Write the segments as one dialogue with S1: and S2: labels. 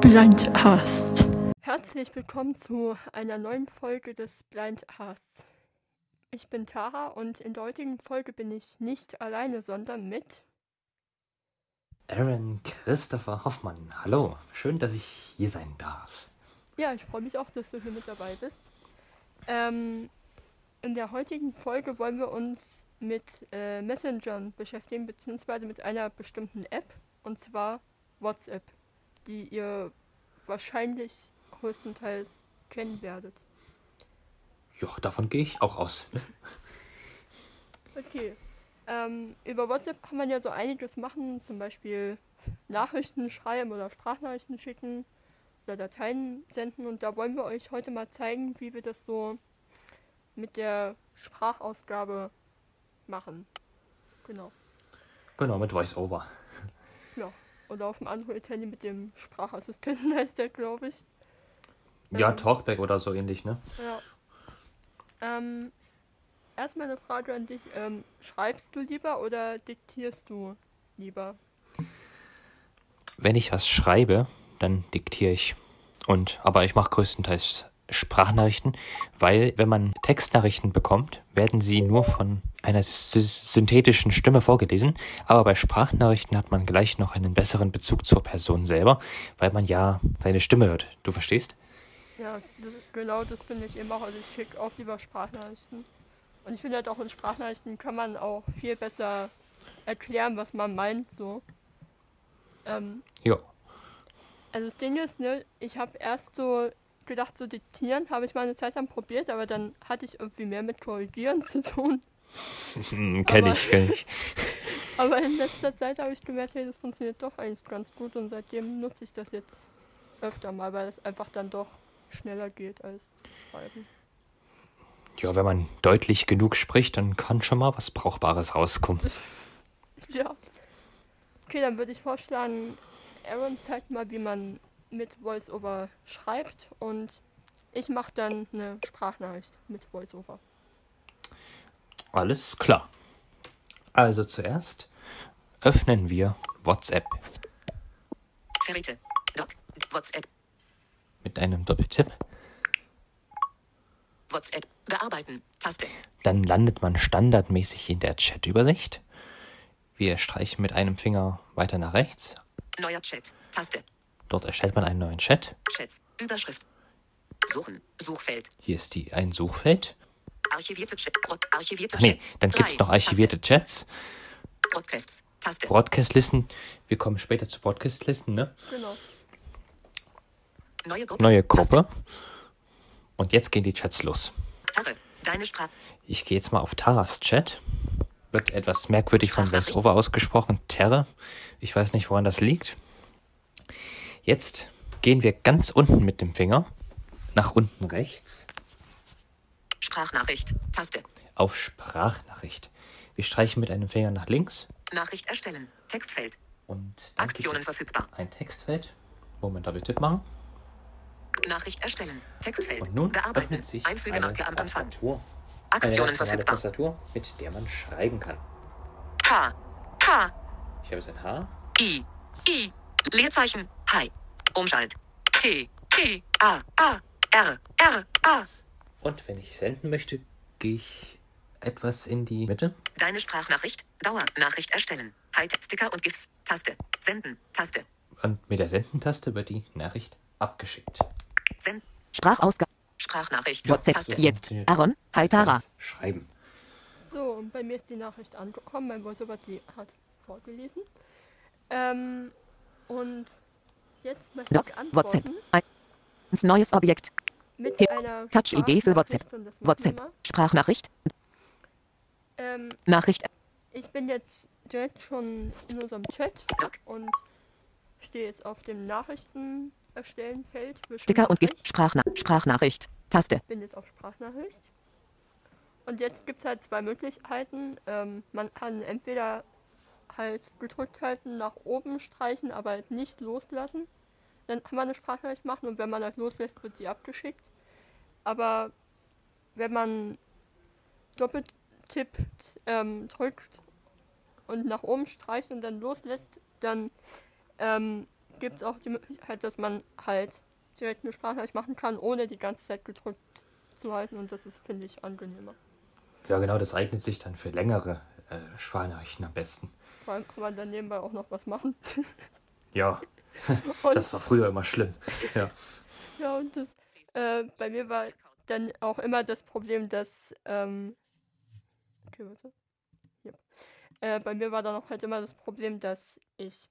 S1: Blind Ast.
S2: Herzlich willkommen zu einer neuen Folge des Blind Asts. Ich bin Tara und in der heutigen Folge bin ich nicht alleine, sondern mit.
S3: Aaron Christopher Hoffmann. Hallo, schön, dass ich hier sein darf.
S2: Ja, ich freue mich auch, dass du hier mit dabei bist. Ähm, in der heutigen Folge wollen wir uns mit äh, Messengern beschäftigen, beziehungsweise mit einer bestimmten App, und zwar WhatsApp, die ihr wahrscheinlich größtenteils kennen werdet.
S3: Ja, davon gehe ich auch aus.
S2: Okay. Ähm, über WhatsApp kann man ja so einiges machen, zum Beispiel Nachrichten schreiben oder Sprachnachrichten schicken oder Dateien senden. Und da wollen wir euch heute mal zeigen, wie wir das so mit der Sprachausgabe machen. Genau.
S3: Genau, mit VoiceOver.
S2: Ja. Oder auf dem Android-Handy mit dem Sprachassistenten heißt der, glaube ich.
S3: Ja,
S2: Ähm.
S3: Talkback oder so ähnlich, ne?
S2: Ja. Ähm, erstmal eine Frage an dich. Ähm, schreibst du lieber oder diktierst du lieber?
S3: Wenn ich was schreibe, dann diktiere ich. Und, aber ich mache größtenteils Sprachnachrichten, weil wenn man Textnachrichten bekommt, werden sie nur von einer sy- synthetischen Stimme vorgelesen. Aber bei Sprachnachrichten hat man gleich noch einen besseren Bezug zur Person selber, weil man ja seine Stimme hört. Du verstehst?
S2: Ja, das, genau das bin ich eben auch. Also ich schicke auch lieber Sprachnachrichten. Und ich finde halt auch in Sprachnachrichten kann man auch viel besser erklären, was man meint so. Ähm,
S3: Ja.
S2: Also das Ding ist, ne, ich habe erst so gedacht, so diktieren habe ich mal eine Zeit lang probiert, aber dann hatte ich irgendwie mehr mit korrigieren zu tun.
S3: Hm, kenn
S2: Aber-
S3: ich, kenn ich.
S2: Aber in letzter Zeit habe ich gemerkt, hey, das funktioniert doch eigentlich ganz gut und seitdem nutze ich das jetzt öfter mal, weil es einfach dann doch schneller geht als schreiben.
S3: Ja, wenn man deutlich genug spricht, dann kann schon mal was Brauchbares rauskommen.
S2: Ja. Okay, dann würde ich vorschlagen, Aaron zeigt mal, wie man mit VoiceOver schreibt und ich mache dann eine Sprachnachricht mit VoiceOver.
S3: Alles klar. Also zuerst öffnen wir WhatsApp
S4: Verräte. Doc. WhatsApp.
S3: mit einem Doppeltipp.
S4: WhatsApp. Bearbeiten. Taste.
S3: Dann landet man standardmäßig in der Chatübersicht. Wir streichen mit einem Finger weiter nach rechts.
S4: Neuer Chat. Taste.
S3: Dort erstellt man einen neuen Chat.
S4: Chats. Überschrift. Suchen. Suchfeld.
S3: Hier ist die, ein Suchfeld.
S4: Archivierte Chat. Rot- Archivierte
S3: Ach nee,
S4: Chats.
S3: dann gibt's noch archivierte Chats.
S4: Taste. Broadcasts. Taste.
S3: Broadcast-Listen. Wir kommen später zu Broadcast-Listen, ne?
S2: Genau.
S4: Neue Gruppe.
S3: Neue Gruppe. Und jetzt gehen die Chats los.
S4: Taste. Tarre. Deine Sprache.
S3: Ich gehe jetzt mal auf Taras Chat. Wird etwas merkwürdig von
S4: Sprachnachricht.
S3: VoiceOver ausgesprochen. Terra. Ich weiß nicht, woran das liegt. Jetzt gehen wir ganz unten mit dem Finger nach unten rechts
S4: Sprachnachricht. Taste.
S3: auf Sprachnachricht. Wir streichen mit einem Finger nach links
S4: Nachricht erstellen. Textfeld.
S3: und dann gibt
S4: Aktionen
S3: es
S4: verfügbar.
S3: Ein Textfeld, wo wir einen Doppeltipp machen.
S4: Nachricht erstellen. Textfeld.
S3: Und nun
S4: Bearbeiten.
S3: öffnet sich eine
S4: Einfügemarke am Anfang.
S3: Tastatur.
S4: Aktionen
S3: eine ganz normale
S4: verfügbar.
S3: Tastatur, mit der man schreiben kann.
S4: H. H.
S3: Ich habe jetzt ein H.
S4: I. I. Leerzeichen. Hi. Umschalt. T. T. A. A. R. R. A.
S3: Und wenn ich senden möchte, gehe ich etwas in die Mitte.
S4: Deine Sprachnachricht. Dauer. Nachricht erstellen. Hi. Sticker und GIFs. Taste. Senden. Taste.
S3: Und mit der Sendentaste wird die Nachricht abgeschickt.
S4: Senden.
S5: Sprachausgabe.
S4: Sprachnachricht.
S5: WhatsApp.
S4: Taste.
S5: Jetzt. Aaron. Hi Tara.
S3: Das Schreiben.
S2: So, und bei mir ist die Nachricht angekommen. Mein VoiceOver die hat vorgelesen. Ähm, und jetzt möchte
S5: Doc.
S2: ich antworten
S5: WhatsApp. Ein ins neues Objekt.
S2: mit
S5: Tipp.
S2: einer
S5: Touch-Idee für WhatsApp.
S2: Sprachnachricht und das machen wir
S5: WhatsApp.
S2: mal.
S5: Sprachnachricht.
S2: Ähm,
S5: Nachricht.
S2: ich bin jetzt direkt schon in unserem Chat
S4: Doc.
S2: und stehe jetzt auf dem Nachrichten erstellen Feld. für
S5: Sticker und
S2: Sprachnachricht.
S5: Gift. Sprachna Sprachnachricht. Taste.
S2: bin jetzt auf Sprachnachricht. Und jetzt gibt es halt zwei Möglichkeiten. Ähm, man kann entweder halt gedrückt halten, nach oben streichen, aber halt nicht loslassen. Dann kann man eine Sprachnachricht machen und wenn man halt loslässt, wird sie abgeschickt. Aber wenn man doppelt tippt, ähm, drückt und nach oben streicht und dann loslässt, dann ähm, gibt es auch die Möglichkeit, dass man halt direkt eine Sprachnachricht machen kann, ohne die ganze Zeit gedrückt zu halten. Und das ist, finde ich, angenehmer.
S3: Ja, genau, das eignet sich dann für längere äh, Sprachnachrichten am besten.
S2: Vor allem kann man dann nebenbei auch noch was machen.
S3: Ja,
S2: Und
S3: das war früher immer schlimm. Ja.
S2: Ja, und das, äh, bei mir war dann auch immer das Problem, dass, ähm, okay, warte. Ja. Äh, bei mir war dann auch halt immer das Problem, dass ich,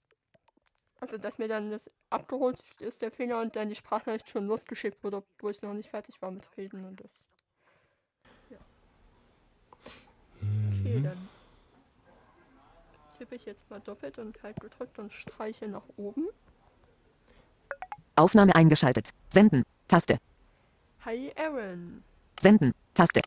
S2: also dass mir dann das abgerutscht ist, der Finger, und dann die Sprachnachricht schon losgeschickt wurde, obwohl ich noch nicht fertig war mit Reden und das. Ja. Okay,
S3: Mhm.
S2: dann tippe ich jetzt mal doppelt und halt gedrückt und streiche nach oben.
S5: Aufnahme eingeschaltet. Senden. Taste.
S2: Hi Aaron.
S5: Senden. Taste.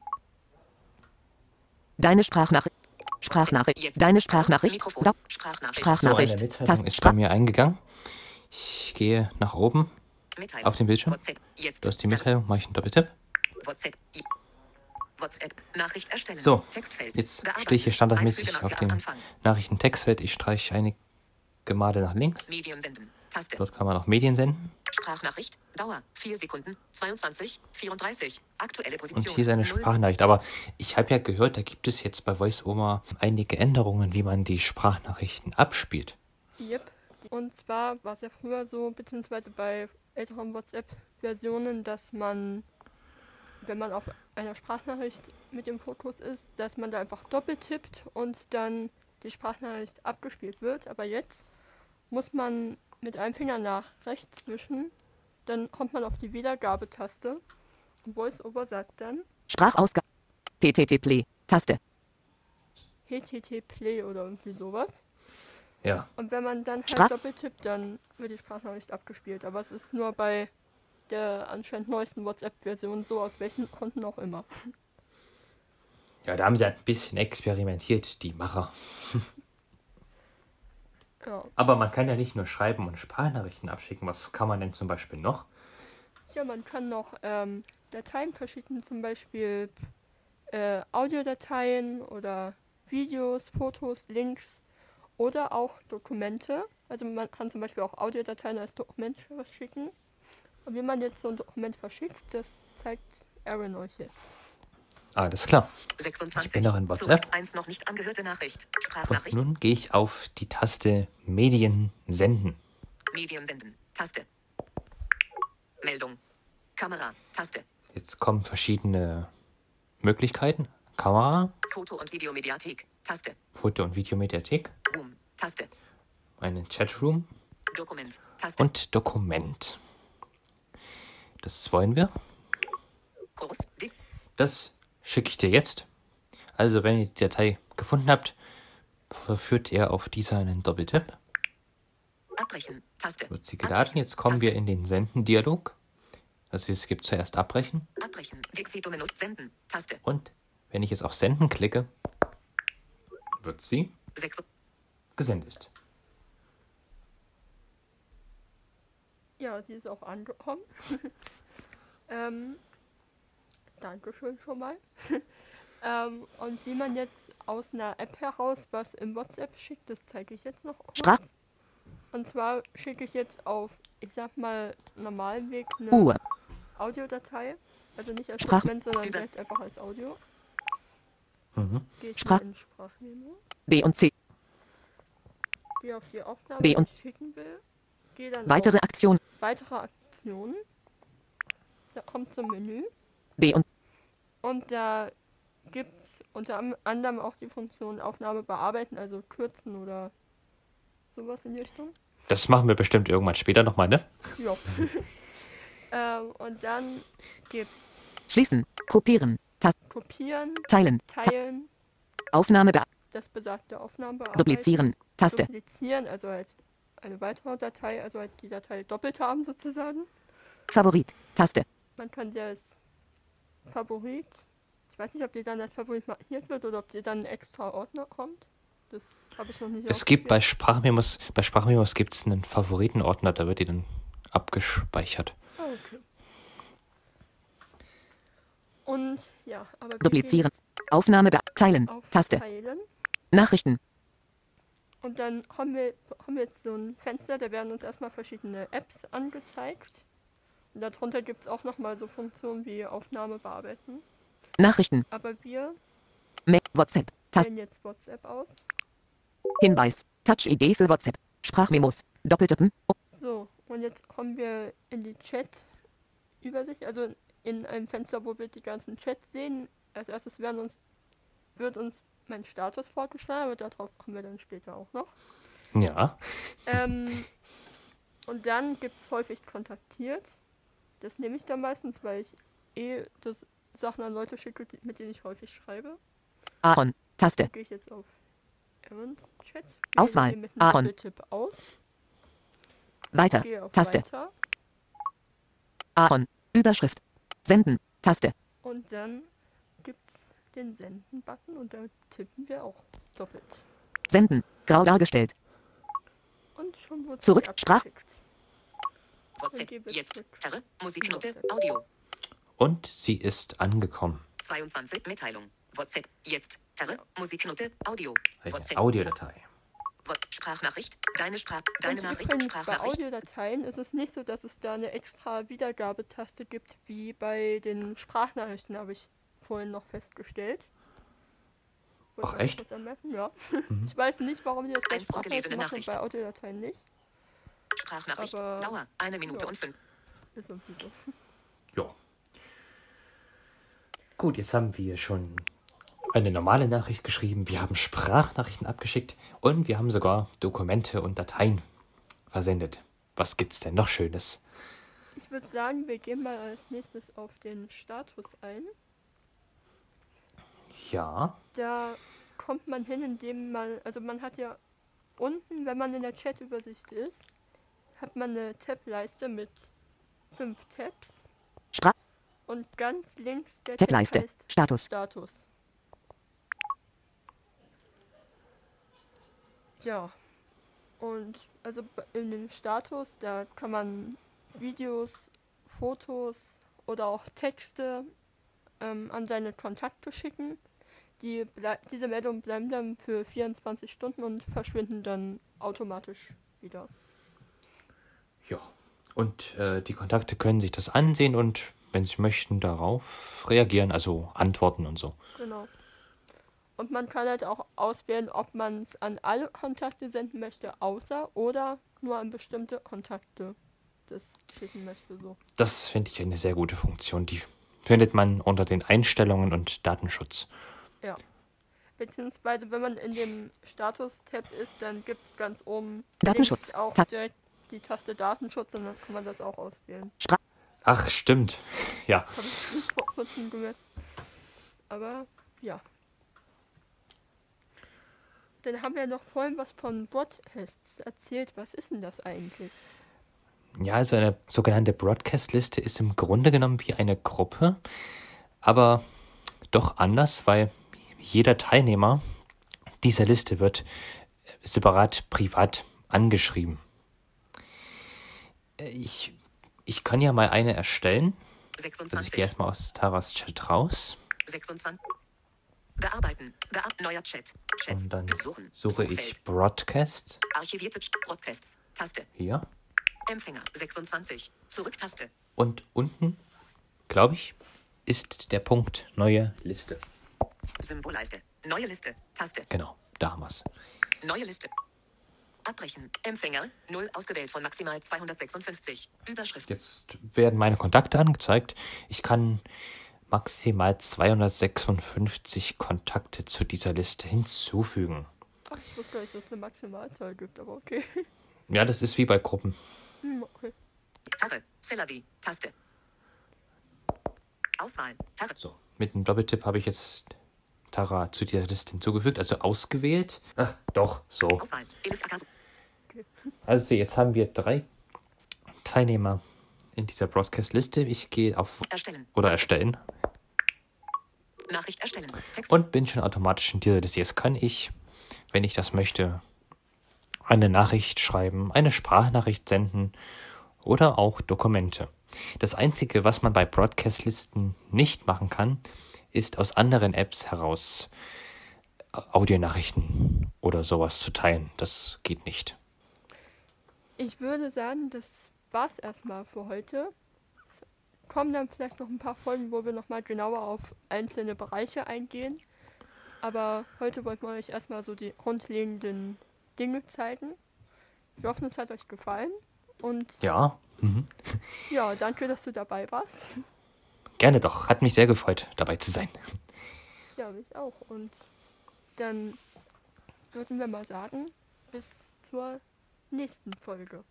S5: Deine Sprachnachricht. Sprachnachricht.
S4: Jetzt.
S5: Deine Sprachnachricht.
S4: Mikrofon.
S5: Da-
S4: Sprachnachricht.
S5: Sprachnachricht.
S3: So, eine Mitteilung
S5: Taste.
S3: ist bei mir eingegangen. Ich gehe nach oben
S4: Mitteilung.
S3: auf den Bildschirm.
S4: WhatsApp. Jetzt.
S3: Du hast die Mitteilung, mache ich einen Doppeltipp.
S4: WhatsApp. WhatsApp. Nachricht erstellen.
S3: So,
S2: Hm,
S4: Textfeld.
S3: Jetzt
S4: Bearbeiten.
S3: stehe ich hier standardmäßig
S4: Einfügen
S3: auf
S4: am
S3: dem
S4: Anfang.
S3: Nachrichtentextfeld. Ich streiche einige Male nach links.
S4: Medien senden. Taste.
S3: Dort kann man auch Medien senden.
S4: Sprachnachricht. Dauer. 4 Sekunden. 22. 34. Aktuelle
S3: Und
S4: Position.
S3: hier ist eine
S4: Null.
S3: Sprachnachricht. Aber ich habe ja gehört, da gibt es jetzt bei VoiceOver einige Änderungen, wie man die Sprachnachrichten abspielt.
S2: Yep. Und zwar war es ja früher so, beziehungsweise bei älteren WhatsApp-Versionen, dass man, wenn man auf einer Sprachnachricht mit dem Fokus ist, dass man da einfach doppelt tippt und dann die Sprachnachricht abgespielt wird. Aber jetzt muss man mit einem Finger nach rechts wischen, dann kommt man auf die Wiedergabetaste und VoiceOver sagt dann
S5: Sprachausgabe. PTT Play. Taste.
S2: HTT Play oder irgendwie sowas.
S3: Ja.
S2: Und wenn man dann halt
S5: Stra-
S2: doppelt tippt, dann wird die Sprachnachricht abgespielt. Aber es ist nur bei der anscheinend neuesten WhatsApp-Version so, aus welchen Konten auch immer.
S3: Ja, da haben sie ein bisschen experimentiert, die Macher.
S2: Ja.
S3: Aber man kann ja nicht nur schreiben und Sprachnachrichten abschicken. Was kann man denn zum Beispiel noch?
S2: ja, man kann noch ähm, Dateien verschicken, zum Beispiel äh, Audiodateien oder Videos, Fotos, Links oder auch Dokumente. Also man kann zum Beispiel auch Audiodateien als Dokument verschicken. Und wie man jetzt so ein Dokument verschickt, das zeigt Aaron euch jetzt.
S3: Alles klar.
S4: 26.
S3: Ich bin noch in WhatsApp.
S4: 1 noch nicht angehörte Nachricht.
S3: Und
S4: Sprachnachricht.
S3: nun gehe ich auf die Taste Medien senden.
S4: Medien senden. Taste. Meldung. Kamera. Taste.
S3: Jetzt kommen verschiedene Möglichkeiten. Kamera,
S4: Foto- und Videomediathek. Taste.
S3: Foto- und Videomediathek,
S4: Room. Taste.
S3: einen Chatroom
S4: Dokument. Taste.
S3: und Dokument. Das wollen wir.
S4: Kurs. Dick.
S3: Das schicke ich dir jetzt. Also, wenn ihr die Datei gefunden habt, verführt ihr auf dieser einen Doppeltipp.
S4: Abbrechen. Taste.
S3: Wird sie geladen. Jetzt kommen wir in den Senden-Dialog. Also, es gibt zuerst Abbrechen.
S4: Abbrechen. Dixie-Dominus. Senden. Taste.
S3: Und wenn ich jetzt auf Senden klicke, wird sie
S4: 6.
S3: gesendet.
S2: Ja, sie ist auch angekommen. ähm, Dankeschön schon mal. ähm, und wie man jetzt aus einer App heraus was im WhatsApp schickt, das zeige ich jetzt noch kurz.
S5: Sprach-
S2: Und zwar schicke ich jetzt auf, ich sag mal, normalen Weg eine
S5: Uhr.
S2: Audiodatei. Also nicht als
S5: Sprach-
S2: Dokument, sondern
S4: Über-
S2: direkt einfach als Audio.
S3: Mhm.
S2: Gehe ich
S5: Sprach-
S2: mal in Sprachmemo,
S5: B und C.
S2: gehe auf die Aufnahme,
S5: B
S2: die
S5: und-
S2: ich schicken will. Gehe dann
S5: Weitere
S2: auf
S5: Aktion.
S2: weitere Aktionen. Da kommt zum Menü.
S5: B und
S2: Und da gibt es unter am- anderem auch die Funktion Aufnahme bearbeiten, also kürzen oder sowas in die Richtung.
S3: Das machen wir bestimmt irgendwann später nochmal, ne?
S2: Ja. ähm, und dann gibt's
S5: Schließen. Kopieren. Taste.
S2: Kopieren,
S5: Teilen. Oh, Ta
S2: Teilen,
S5: Aufnahme bea-
S2: das besagte Aufnahme bearbeiten.
S5: Duplizieren. Taste.
S2: Duplizieren, also halt eine weitere Datei, also halt die Datei doppelt haben sozusagen.
S5: Favorit. Taste.
S2: Man kann sie als Favorit, ich weiß nicht, ob die dann als Favorit markiert wird oder ob die dann in extra Ordner kommt. Das habe ich noch nicht
S3: Es gibt
S2: ausprobiert.
S3: bei Sprachmemos, bei Sprachmemos gibt es einen Favoritenordner, da wird die dann abgespeichert.
S2: Ah, Okay. Und ja, aber wir gehen
S5: Duplizieren.
S2: jetzt
S5: Aufnahme bea- Teilen.
S2: auf
S5: Taste.
S2: Teilen.
S5: Nachrichten.
S2: Und dann haben wir, haben wir jetzt so ein Fenster, da werden uns erstmal verschiedene Apps angezeigt. Und darunter gibt es auch nochmal so Funktionen wie Aufnahme bearbeiten.
S5: Nachrichten.
S2: Aber wir
S5: Mail. WhatsApp. Taste.
S2: wählen jetzt WhatsApp aus.
S5: Hinweis. Touch-ID für WhatsApp. Sprachmemos. Doppeltippen.
S2: So, und jetzt kommen wir in die Chat-Übersicht, also in einem Fenster, wo wir die ganzen Chats sehen. Als erstes werden uns, wird uns mein Status vorgeschlagen, aber darauf kommen wir dann später auch noch.
S3: Ja.
S2: Ähm, und dann gibt es häufig kontaktiert. Das nehme ich dann meistens, weil ich eh das Sachen an Leute schicke, die, mit denen ich häufig schreibe.
S5: Aaron. Taste.
S2: Gehe ich jetzt auf Aarons Chat. wähle
S5: Auswahl,
S2: den Mit einem
S5: Aaron.
S2: Doppeltipp aus.
S5: Weiter.
S2: Gehe auf
S5: Äh, Taste.
S2: Weiter.
S5: Aaron. Überschrift. Senden. Taste.
S2: Und dann gibt's den Senden-Button und da tippen wir auch doppelt.
S5: Senden. Grau dargestellt.
S2: Und schon wird
S5: Zurück, Sprach-
S4: WhatsApp.
S2: Okay, bitte.
S4: Jetzt. Terre. Musiknote.
S2: WhatsApp.
S4: Audio.
S3: Und sie ist angekommen.
S4: 22. Mitteilung. WhatsApp. Jetzt. Terre. Musiknote. Audio.
S3: Eine
S4: WhatsApp.
S3: Audiodatei.
S4: What- Sprachnachricht. Deine Sprach. Deine
S2: Deine und
S4: Nachricht.
S2: übrigens bei
S4: Sprachnachricht.
S2: Audiodateien ist es nicht so, dass es da eine extra Wiedergabetaste gibt, wie bei den Sprachnachrichten, habe ich vorhin noch festgestellt. Wollte ich
S3: Ach,
S2: noch
S3: echt?
S2: kurz anmerken, Ja. Ich weiß nicht, warum die das bei
S4: Als
S2: Sprachnachrichten
S4: ungelesene
S2: machen und bei
S4: Nachricht.
S2: Audiodateien nicht.
S4: Sprachnachricht.
S2: aber-
S4: Dauer. Eine Minute
S2: Ja.
S4: und fünf.
S2: Ist irgendwie so.
S3: Ja. Gut, jetzt haben wir schon eine normale Nachricht geschrieben, wir haben Sprachnachrichten abgeschickt und wir haben sogar Dokumente und Dateien versendet. Was gibt's denn noch Schönes?
S2: Ich würde sagen, wir gehen mal als nächstes auf den Status ein.
S3: Ja,
S2: Da kommt man hin, indem man, also man hat ja unten, wenn man in der Chatübersicht ist, hat man eine Tab-Leiste mit fünf Tabs
S5: Stra
S2: und ganz links der Tab
S5: Tab-Leiste.
S2: heißt
S5: Status.
S2: Status. Ja, und also b- in dem Status, da kann man Videos, Fotos oder auch Texte ähm, an seine Kontakte schicken. Die blei- diese Meldungen bleiben dann für 24 Stunden und verschwinden dann automatisch wieder.
S3: ja. Und äh, die Kontakte können sich das ansehen und, wenn sie möchten, darauf reagieren, also antworten und so.
S2: Genau. Und man kann halt auch auswählen, ob man es an alle Kontakte senden möchte, außer oder nur an bestimmte Kontakte das schicken möchte. So.
S3: Das finde ich eine sehr gute Funktion. Die findet man unter den Einstellungen und Datenschutz.
S2: Ja. Beziehungsweise, wenn man in dem Status-Tab ist, dann gibt es ganz oben
S5: Datenschutz.
S2: links auch
S5: Ta-
S2: direkt die Taste Datenschutz und dann kann man das auch auswählen.
S5: Stra
S3: Ach, stimmt. Ja.
S2: Habe ich nicht vor kurzem gemerkt. Aber ja. Dann haben wir noch vorhin was von Bot-Tests erzählt. Was ist denn das eigentlich?
S3: Ja, also eine sogenannte Broadcast-Liste ist im Grunde genommen wie eine Gruppe, aber doch anders, weil jeder Teilnehmer dieser Liste wird äh, separat privat angeschrieben. Äh, Ich, ich kann ja mal eine erstellen. Also ich gehe
S4: 26.
S3: erstmal aus Taras Chat raus
S4: 26. Bearbeiten. Bear neuer Chat. Chats.
S3: und dann
S4: Suchen.
S3: suche
S4: Suchfeld.
S3: ich Broadcast.
S4: Archivierte Ch- Broadcasts. Taste.
S3: Hier.
S4: Empfänger. 26. Zurücktaste.
S3: Und unten, glaube ich, ist der Punkt neue Liste.
S4: Symbolleiste. Neue Liste. Taste.
S3: Genau, da haben wir's.
S4: Neue Liste. Abbrechen. Empfänger. 0 ausgewählt von maximal 256. Überschrift.
S3: Jetzt werden meine Kontakte angezeigt. Ich kann maximal 256 Kontakte zu dieser Liste hinzufügen.
S2: Ach, ich wusste gar nicht, dass es eine Maximalzahl gibt, aber okay.
S3: Ja, das ist wie bei Gruppen.
S2: Hm, okay.
S4: Tarre. Salary. Taste. Auswahl. Tarre.
S3: So, mit einem Doppeltipp habe ich jetzt Tara zu dieser Liste hinzugefügt, also ausgewählt. Ach, doch, so.
S4: Auswahl. Elif Akaso.
S3: Also jetzt haben wir drei Teilnehmer in dieser Broadcast-Liste. Ich gehe auf
S4: Erstellen.
S3: oder
S4: Taste.
S3: erstellen
S4: Nachricht erstellen. Text.
S3: und bin schon automatisch in dieser Liste. Jetzt kann ich, wenn ich das möchte, eine Nachricht schreiben, eine Sprachnachricht senden oder auch Dokumente. Das Einzige, was man bei Broadcast-Listen nicht machen kann, ist aus anderen Apps heraus äh, Audionachrichten oder sowas zu teilen. Das geht nicht.
S2: Ich würde sagen, das war's erstmal für heute. Es kommen dann vielleicht noch ein paar Folgen, wo wir nochmal genauer auf einzelne Bereiche eingehen. Aber heute wollten wir euch erstmal so die grundlegenden Dinge zeigen. Wir hoffen, es hat euch gefallen. Und
S3: Ja,
S2: ja, danke, dass du dabei warst.
S3: gerne doch. Hat mich sehr gefreut, dabei zu sein.
S2: Ja, mich auch. Und dann würden wir mal sagen, bis zur nächsten Folge.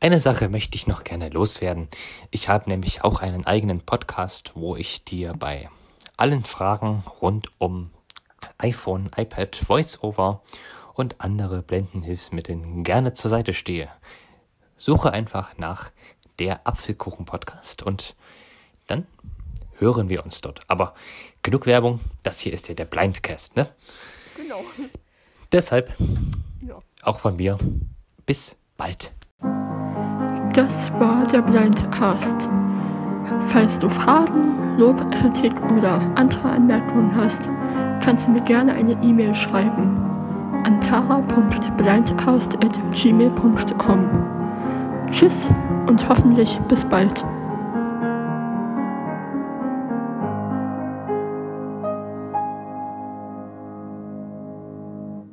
S3: Eine Sache möchte ich noch gerne loswerden. Ich habe nämlich auch einen eigenen Podcast, wo ich dir bei allen Fragen rund um iPhone, iPad, VoiceOver und andere Blendenhilfsmittel gerne zur Seite stehe. Suche einfach nach der Apfelkuchen-Podcast und dann hören wir uns dort. Aber genug Werbung, das hier ist ja der Blindcast, ne?
S2: Genau.
S3: Deshalb
S2: Ja.
S3: auch von mir. Bis bald.
S2: Das war der Blindcast. Falls du Fragen, Lob, Kritik oder andere Anmerkungen hast, kannst du mir gerne eine E-Mail schreiben an tara.blindcast.gmail.com. Tschüss und hoffentlich bis bald.